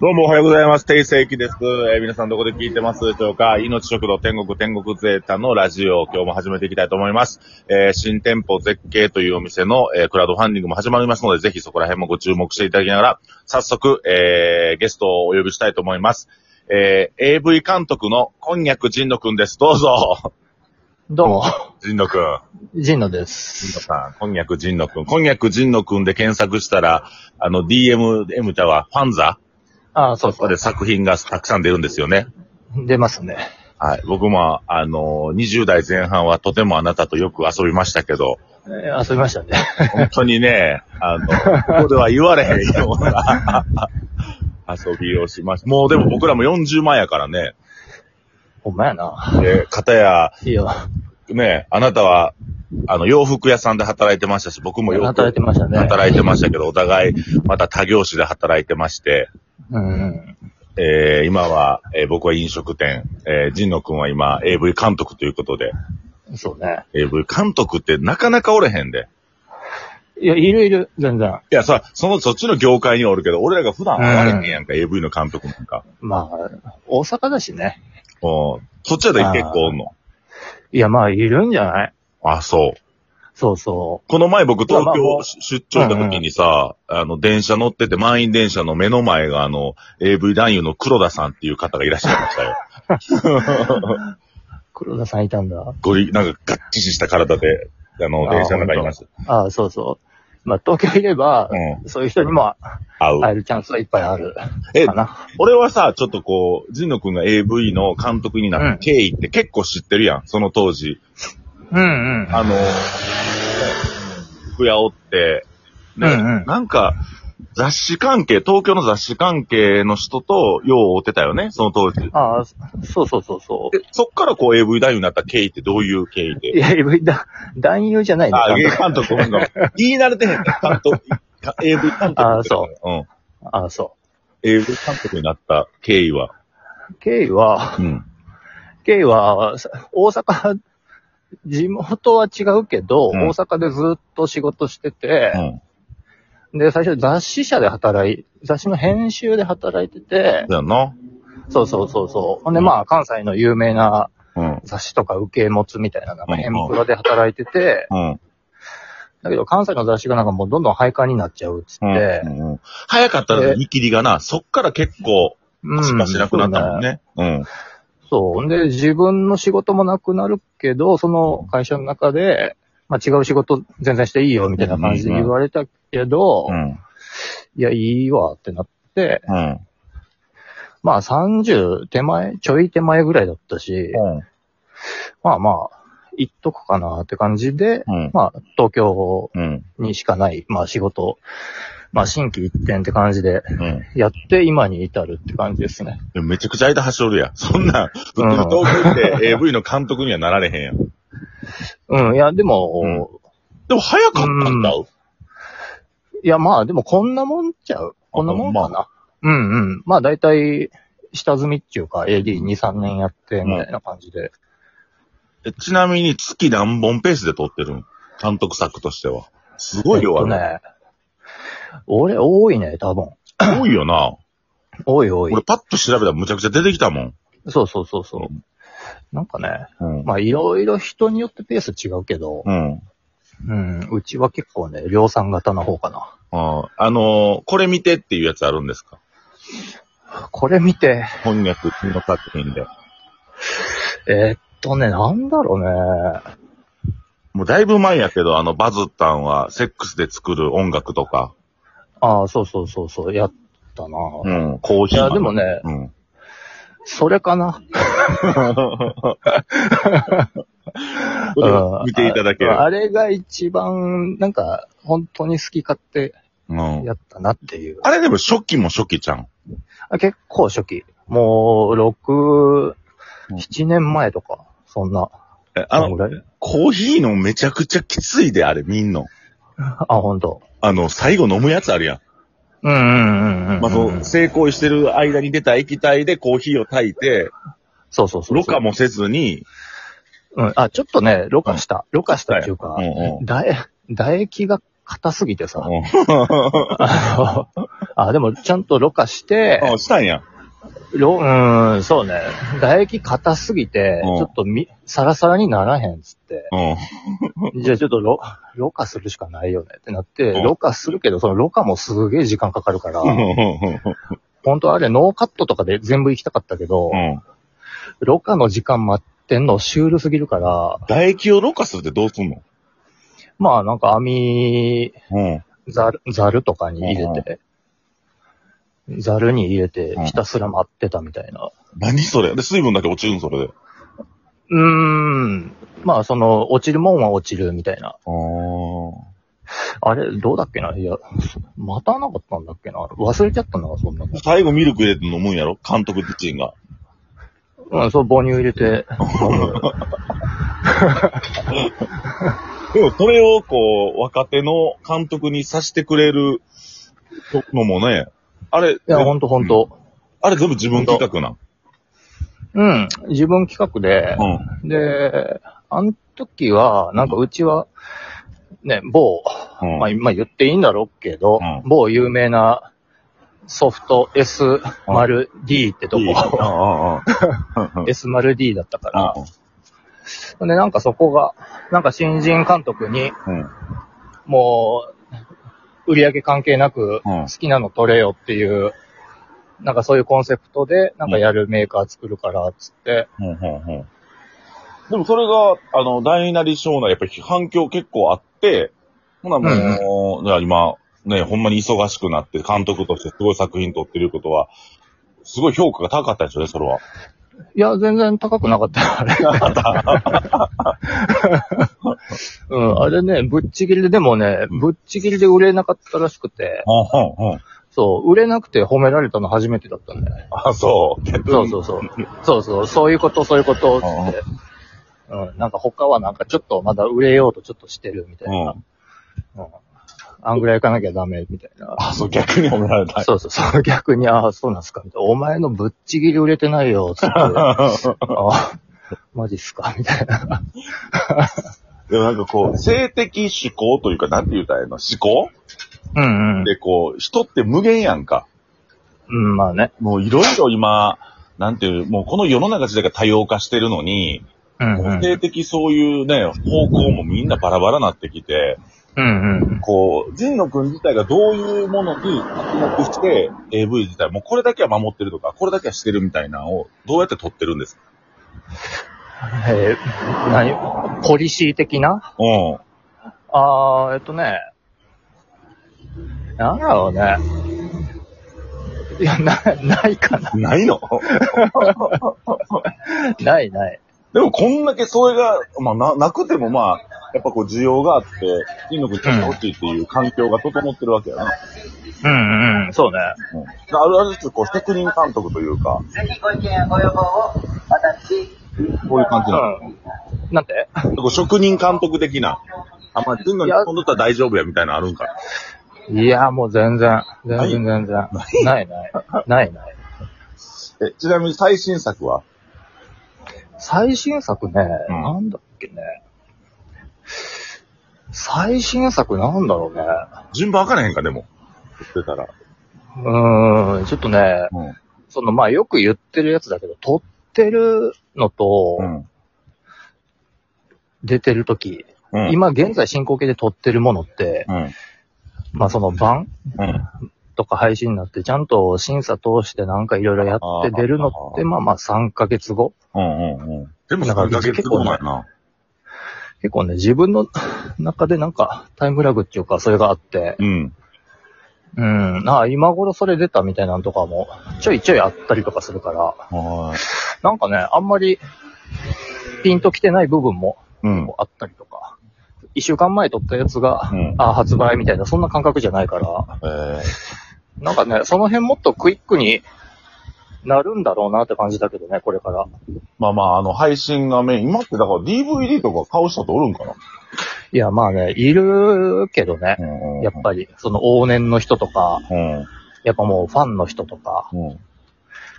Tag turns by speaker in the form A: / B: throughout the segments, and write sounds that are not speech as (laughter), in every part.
A: どうもおはようございます。定世紀です。えー皆さんどこで聞いてますでしょうか命食堂天国天国ゼータのラジオを今日も始めていきたいと思います。えー新店舗絶景というお店の、えークラウドファンディングも始まりますので、ぜひそこら辺もご注目していただきながら、早速、えーゲストをお呼びしたいと思います。えー AV 監督のこんにゃくじんのくんです。どうぞ。 (laughs)
B: どうも、
A: じんのくん。
B: ジンノで
A: ジンノ
B: す。
A: さん、こんにゃくじんのくん。こんにゃくじんのくんで検索したら、あの、DM、M ちゃんはファンザ
B: ああ、そう
A: こ
B: そ
A: こで作品がたくさん出るんですよね。
B: う。出ますね。
A: はい。僕も、あの、20代前半はとてもあなたとよく遊びましたけど、
B: えー遊びました
A: (laughs)
B: ね。
A: 本当にね、あの、ここでは言われへんような遊びをしました。もうでも僕らも40万やからね、
B: ほんまやな。
A: で、片や、
B: いいよ。
A: ね、あなたは、あの、洋服屋さんで働いてましたし、僕も洋服
B: 働いてましたね。
A: 働いてましたけど、お互い、また他業種で働いてまして、
B: うん。
A: えー今は、えー僕は飲食店、えー、神野くんは今、AV 監督ということで、
B: そうね。
A: AV 監督ってなかなかおれへんで。
B: いや、いるいる、全然。
A: いや、さ、その、そっちの業界にはおるけど、俺らが普段会われへんやんか、AV の監督なんか。
B: まあ、大阪だしね。
A: おそっちやったら結構おんの。
B: いや、まあ、いるんじゃない
A: あ、そう。
B: そうそ
A: この前僕東
B: まあまあま
A: 京
B: あ
A: 出張した時にさ、あの、電車乗ってて、満員電車の目の前があの、AV 男優の黒田さんっていう方がいらっしゃいま
B: (laughs)
A: したよ。
B: う。黒田さんいたんだ。
A: ごり、なんかガッチリした体で、あの、
B: あ
A: 電車の中にいました。
B: ああ、そうそう。まあ、東京いれば、
A: うん。
B: そういう人にも
A: 合う。
B: 会えるチャンスはいっぱいある。
A: え
B: か、な。
A: 俺はさ、ちょっとこう、神野くんが AV の監督になった経緯って結構知ってるやん、その当時。
B: うんうん。
A: あの、服屋おって、ね、
B: うんうん
A: なんか、雑誌関係、東京の雑誌関係の人と、よう会ってたよね、その当時。
B: ああ、そうそうそうそ
A: で、そっからこう AV 男優になった経緯ってどういう経緯
B: う。い
A: で
B: や、AV だ、男優じゃないね。
A: あ、芸監督ごめんごめん言い慣れてへんね。監督、か AV 監督。
B: あそう。
A: うん。
B: ああ、そ
A: AV 監督になった経緯は。
B: う。経緯は、
A: うん。
B: ケイは、さ大阪、地元は違うけど、
A: うん
B: 大阪でずっと仕事してて
A: う、ん。
B: で、最初雑誌社で働い、雑誌の編集で働いてて、
A: だよな。
B: そうそうそうそう。ほんで、
A: うん
B: まあ、関西の有名な
A: うん。
B: 雑誌とか受け持つみたいな、な
A: う
B: んか
A: ん
B: ヘンプロで働いてて、
A: うん。
B: だけど関西の雑誌がなんかもうどんどん廃刊になっちゃうっつっ
A: うん
B: て、
A: うんうん早かったら見切りがな、そっから結構、
B: う
A: しかしなくなったもん
B: そうね
A: ね。うん。
B: そう。ほんで、自分の仕事もなくなるけど、その会社の中で、まあ違う仕事全然していいよみたいな感じで言われたけど、
A: うん。
B: いや、いいわってなって、
A: うん。
B: まあ30手前、ちょい手前ぐらいだったし、
A: うん。
B: まあまあ、行っとくかなって感じで、
A: うん。
B: まあ東京
A: うん。
B: にしかない、まあ仕事、まあ新規一転って感じで、
A: うん。
B: やって今に至るって感じですね。
A: でもめちゃくちゃ間走るやん。そんな、普通に東京行って AV の監督にはなられへんやん。
B: うん、いや、でも、
A: でも早かったんだ。
B: いやまあでもこんなもんちゃう。こんなもんか
A: ま
B: な。うんうん。まあ大体、下積みっていうか AD2、3年やって、みたいな感じで。
A: えちなみに月何本ペースで撮ってるん監督作としては。すごい量
B: えっ
A: あ
B: と
A: る。
B: ね。俺多いね、多分。
A: 多いよな。
B: 多い多い
A: 俺。パッと調べたらむちゃくちゃ出てきたもん。
B: そうそうそうそうう。なんかね、
A: うん。
B: まあいろいろ人によってペース違うけど、
A: うん。
B: うん、うちは結構ね、量産型の方かな。
A: あーあのーこれ見てっていうやつあるんですか
B: これ見て、
A: 翻訳の作品で。
B: えーっとね、なんだろうね。
A: もうだいぶ前やけど、あの、バズったんは、セックスで作る音楽とか、
B: ああ、そうそうそうそう、やったな。
A: うん、コーヒ
B: い
A: ー。
B: や、でも、ね、
A: うん。
B: それかな。
A: (laughs)
B: うん
A: 見ていただける。
B: あれが一番、なんか、本当に好き勝手
A: うん。
B: やったなっていう。
A: あれでも初期も初期ちゃん。
B: あ結構初期。もう、6、
A: うん
B: 7年前とか、そんな。
A: えあ
B: そん
A: の、
B: ぐらい
A: コーヒーのめちゃくちゃきついで、あれ、みんの。
B: あ、本当。
A: あの、最後飲むやつあるやん。
B: うんうんうんうんうん。
A: まあ、その、成功してる間に出た液体でコーヒーを炊いて、
B: そうそうそう。
A: ろ過。もせずに、
B: うん。あ、ちょっとね、ろ過した。ろ過したっていうか
A: うん、うん。
B: 唾液、唾液が硬すぎてさ、
A: う
B: あのあ、でもちゃんとろ過して、
A: あしたんや。
B: ろうーん、そうね。唾液硬すぎて、
A: うん
B: ちょっとみ、サラサラにならへんっつって、
A: うん。
B: じゃあちょっとろ、ろ過するしかないよねってなって、
A: うん
B: ろ過するけど、そのろ過もすげえ時間かかるから、
A: う
B: 本当あれノーカットとかで全部行きたかったけど、
A: ん。
B: ろ過の時間待ってんのシュールすぎるから、
A: 唾液をろ過するってどうすんの
B: まあなんか網、
A: うん。
B: ざる、ざるとかに入れて、ざるに入れて
A: うん
B: ひたすら待ってたみたいな。
A: 何それで、水分だけ落ちるんそれで。
B: うーん。まあその、落ちるもんは落ちるみたいな。
A: ああ。
B: あれ、どうだっけないや、またなかったんだっけな忘れちゃったな、そんなの。
A: 最後ミルク入れて飲むんやろ監督自身が。
B: うん、そう、母乳入
A: (laughs)
B: れて。
A: でもそれをこう、若手の監督にさしてくれるのもね、あれ、
B: いや、ほんとほんと。
A: あれ全部自分企画なん。
B: うん、自分企画で、で、あの時は、なんかうちは、ね、某、
A: うん。
B: まあ
A: い。
B: 今言っていいんだろうけど、
A: うん
B: 某有名なソフト S0D ってと
A: いいあ
B: こ、
A: あ、あ
B: S0D だったから、
A: あ。
B: で、なんかそこが、なんか新人監督に、
A: うん。
B: もう、売り上げ関係なく、
A: うん
B: 好きなの取れよっていう、なんかそういうコンセプトで、なんかやるメーカー作るから、つって、
A: うん、うん、うん。でもそれが、あの、大なり小なり、やっぱり反響結構あって、ほなもう、じゃあ今、ね、ほんまに忙しくなって、監督としてすごい作品撮ってることは、すごい評価が高かったでしょうね、それは。
B: いや、全然高くなかったよ、 (laughs) あれ。うん、あれね、ぶっちぎりで、でもね、ぶっちぎりで売れなかったらしくて、
A: うん、うん、うん。
B: そう、売れなくて褒められたの初めてだったんだよね。
A: あ、そう。
B: そうそうそう。そうそう、そういうこと、そういうこと、つって。うん、なんか他はなんかちょっとまだ売れようとちょっとしてるみたいな。
A: う
B: うん。あんぐらい行かなきゃダメみたいな。
A: あ、そう、逆に褒められた。
B: そうそうそう、逆に、ああ、そうなんすか、みたいな。お前のぶっちぎり売れてないよ、 (laughs) つって。ああ、マジっすか、みたいな。
A: でもなんかこう、性的思考というか、なんて言うたらええの思考
B: うんうん。
A: でこう、人って無限やんか。
B: うん、まあね。
A: もういろいろ今、なんていう、もうこの世の中自体が多様化してるのに、
B: うんう
A: 個
B: ん。
A: 性的そういうね、方向もみんなバラバラになってきて、
B: うんうん。
A: こう、神野くん自体がどういうものに着目して、AV 自体もうこれだけは守ってるとか、これだけはしてるみたいなのを、どうやって撮ってるんですか
B: えー、何ポリシー的な
A: うん。
B: ああ、えっとね。なんだろうね。いや、な、ないかな。
A: ないの
B: ないない。
A: でもこんだけそれが、まあな、なくてもまあ、やっぱこう需要があって、神野くん撮ってほしいっていう環境が整ってるわけやな。
B: うんうん、そうね。
A: うん。あるある種、こう、責任監督というか、
C: ぜひご意見やご要望を私、
A: こういう感じなの。
B: うん。なんて
A: こう職人監督的な。あ、まあ、神野に
B: いや
A: 飛んどったら大丈夫やみたいなのあるんか。
B: いや、もう全然。全然全然。ないない。ないない。
A: え、ちなみに最新作は
B: 最新作ね、
A: うん
B: なんだっけね。最新作なんだろうね。
A: 順番分からへんか、でも。言ってたら。
B: うーん、ちょっとね、
A: うん。
B: その、まあ、よく言ってるやつだけど、撮ってるのと、
A: うん。出
B: 出てる時、
A: うん。
B: 今現在進行形で撮ってるものって、
A: うん。
B: まあ、その、版
A: うん。
B: とか配信になって、ちゃんと審査通してなんかいろいろやって出るのって、
A: あー
B: まあまあ、3ヶ月後。
A: うん。うん。うん。でも、
B: だ
A: 3
B: から
A: ヶ月後なんやな。
B: 結構ね、自分の (laughs) 中でなんか、タイムラグっていうか、それがあって、
A: うん。
B: うん。ああ、今頃それ出たみたいなのとかも、ちょいちょいあったりとかするから、
A: はーい。
B: なんかね、あんまり、ピンときてない部分も
A: うん。
B: あったりとか、一週間前撮ったやつが、
A: うん。
B: ああ、発売みたいな、そんな感覚じゃないから、
A: えー、
B: なんかね、その辺もっとクイックになるんだろうなって感じだけどね、これから。
A: まあまあ、あの、配信がメイン。今ってだから DVD とか買う人っておるんかない
B: や、まあね、いるけどね、
A: うん
B: やっぱり、その往年の人とか、
A: り。うん。
B: やっぱもうファンの人とか、
A: うん。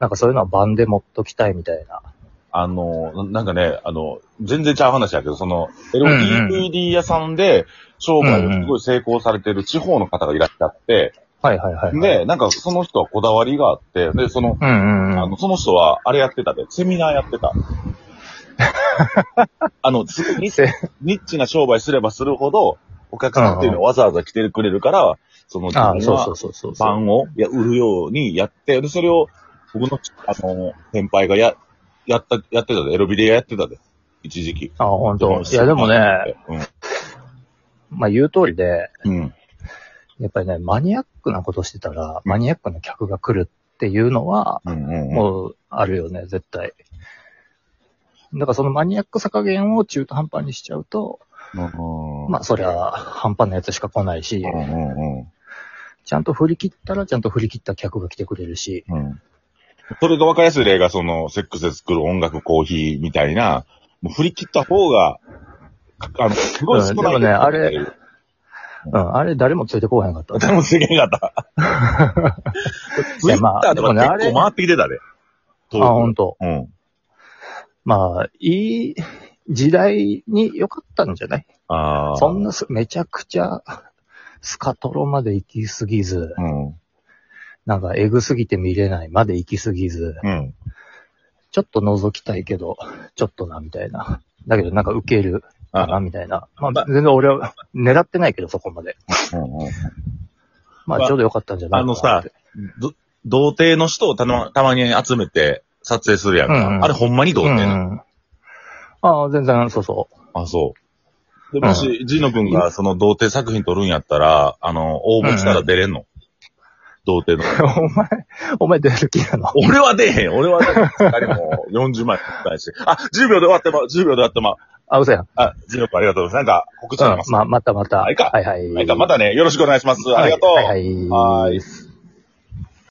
B: なんかそういうのは版で持っときたいみたいな。
A: あの、ななんかね、あの、全然ちゃう話やけど、その、
B: んうん
A: DVD 屋さんで商売をすごい成功されてる地方の方がいらっしゃって、
B: はいはいはい。
A: で、なんかその人はこだわりがあって、で、その、
B: うんうんうん。
A: あの、その人は、あれやってたで、セミナーやって
B: (laughs)
A: た。あの、すごいニッチ
B: せ
A: ニッチな商売すればするほど、お客さんっていうのはわざわざ来てくれるから、その、自
B: ああ、
A: 分
B: そう
A: は
B: そうそうそうそう。
A: 版をいや売るようにやって、で、それを僕の、あの、先輩がや、やった、やってたで、エロビデやってたで、一時期。
B: ああ、本当。い
A: その
B: や、でもね、、
A: うん
B: まあ言う通りで、
A: うん。
B: やっぱりね、マニアックなことしてたら、マニアックな客が来るっていうのは、
A: うん。うん。うん。
B: もう、あるよね、絶対。だからそのマニアックさ加減を中途半端にしちゃうと、
A: うん
B: まあそりゃ、半端なやつしか来ないし
A: う、んうんうん。
B: ちゃんと振り切ったら、ちゃんと振り切った客が来てくれるし、
A: うん。それが分かりやすい例が、その、セックスで作る音楽、コーヒーみたいな、もう振り切った方が、かあの、すごい少ない、
B: うんでもねあれ、うん、あれ誰もついてこうへんかっ
A: (laughs)
B: た。
A: でもすげえかった。ツイッターとか
B: いやまあでもね
A: 結構回ってきてたで。
B: あ、本当。
A: うん。
B: まあ、いい時代に良かったんじゃない
A: ああ。
B: そんなす、めちゃくちゃ、スカトロまで行き過ぎず、
A: うん。
B: なんかエグすぎて見れないまで行き過ぎず、
A: うん。
B: ちょっと覗きたいけど、ちょっとな、みたいな。だけどなんか受けるかな、
A: あ
B: みたいな。まあ、全然俺は狙ってないけど、そこまで。
A: うんうんま
B: まあ、
A: あ
B: ちょうど良かったんじゃないかなって。
A: あのさど童貞の人をたまたまに集めて撮影するやんか。
B: うんうん
A: あれほんまに童
B: うん
A: 貞な
B: う
A: の、
B: ん。ああ、全然、そうそう。
A: あ、そう。で、もし、ジーノ君がその童貞作品撮るんやったら、あの、応募したら出れんの、童貞の。 (laughs)
B: お前、お前出る気なの
A: 俺は出えへん。俺は出えへん。二人も40枚撮ったし。あ、10秒で終わってまう。10秒で終わってまう。
B: あ、嘘やん。
A: あ、ジーノ君ありがとうございます。なんか、告知あります。
B: まあ、またまた。
A: はいか
B: はいはい。
A: はい、またね、よろしくお願いします。ありがとう。
B: はいはい。
A: はーい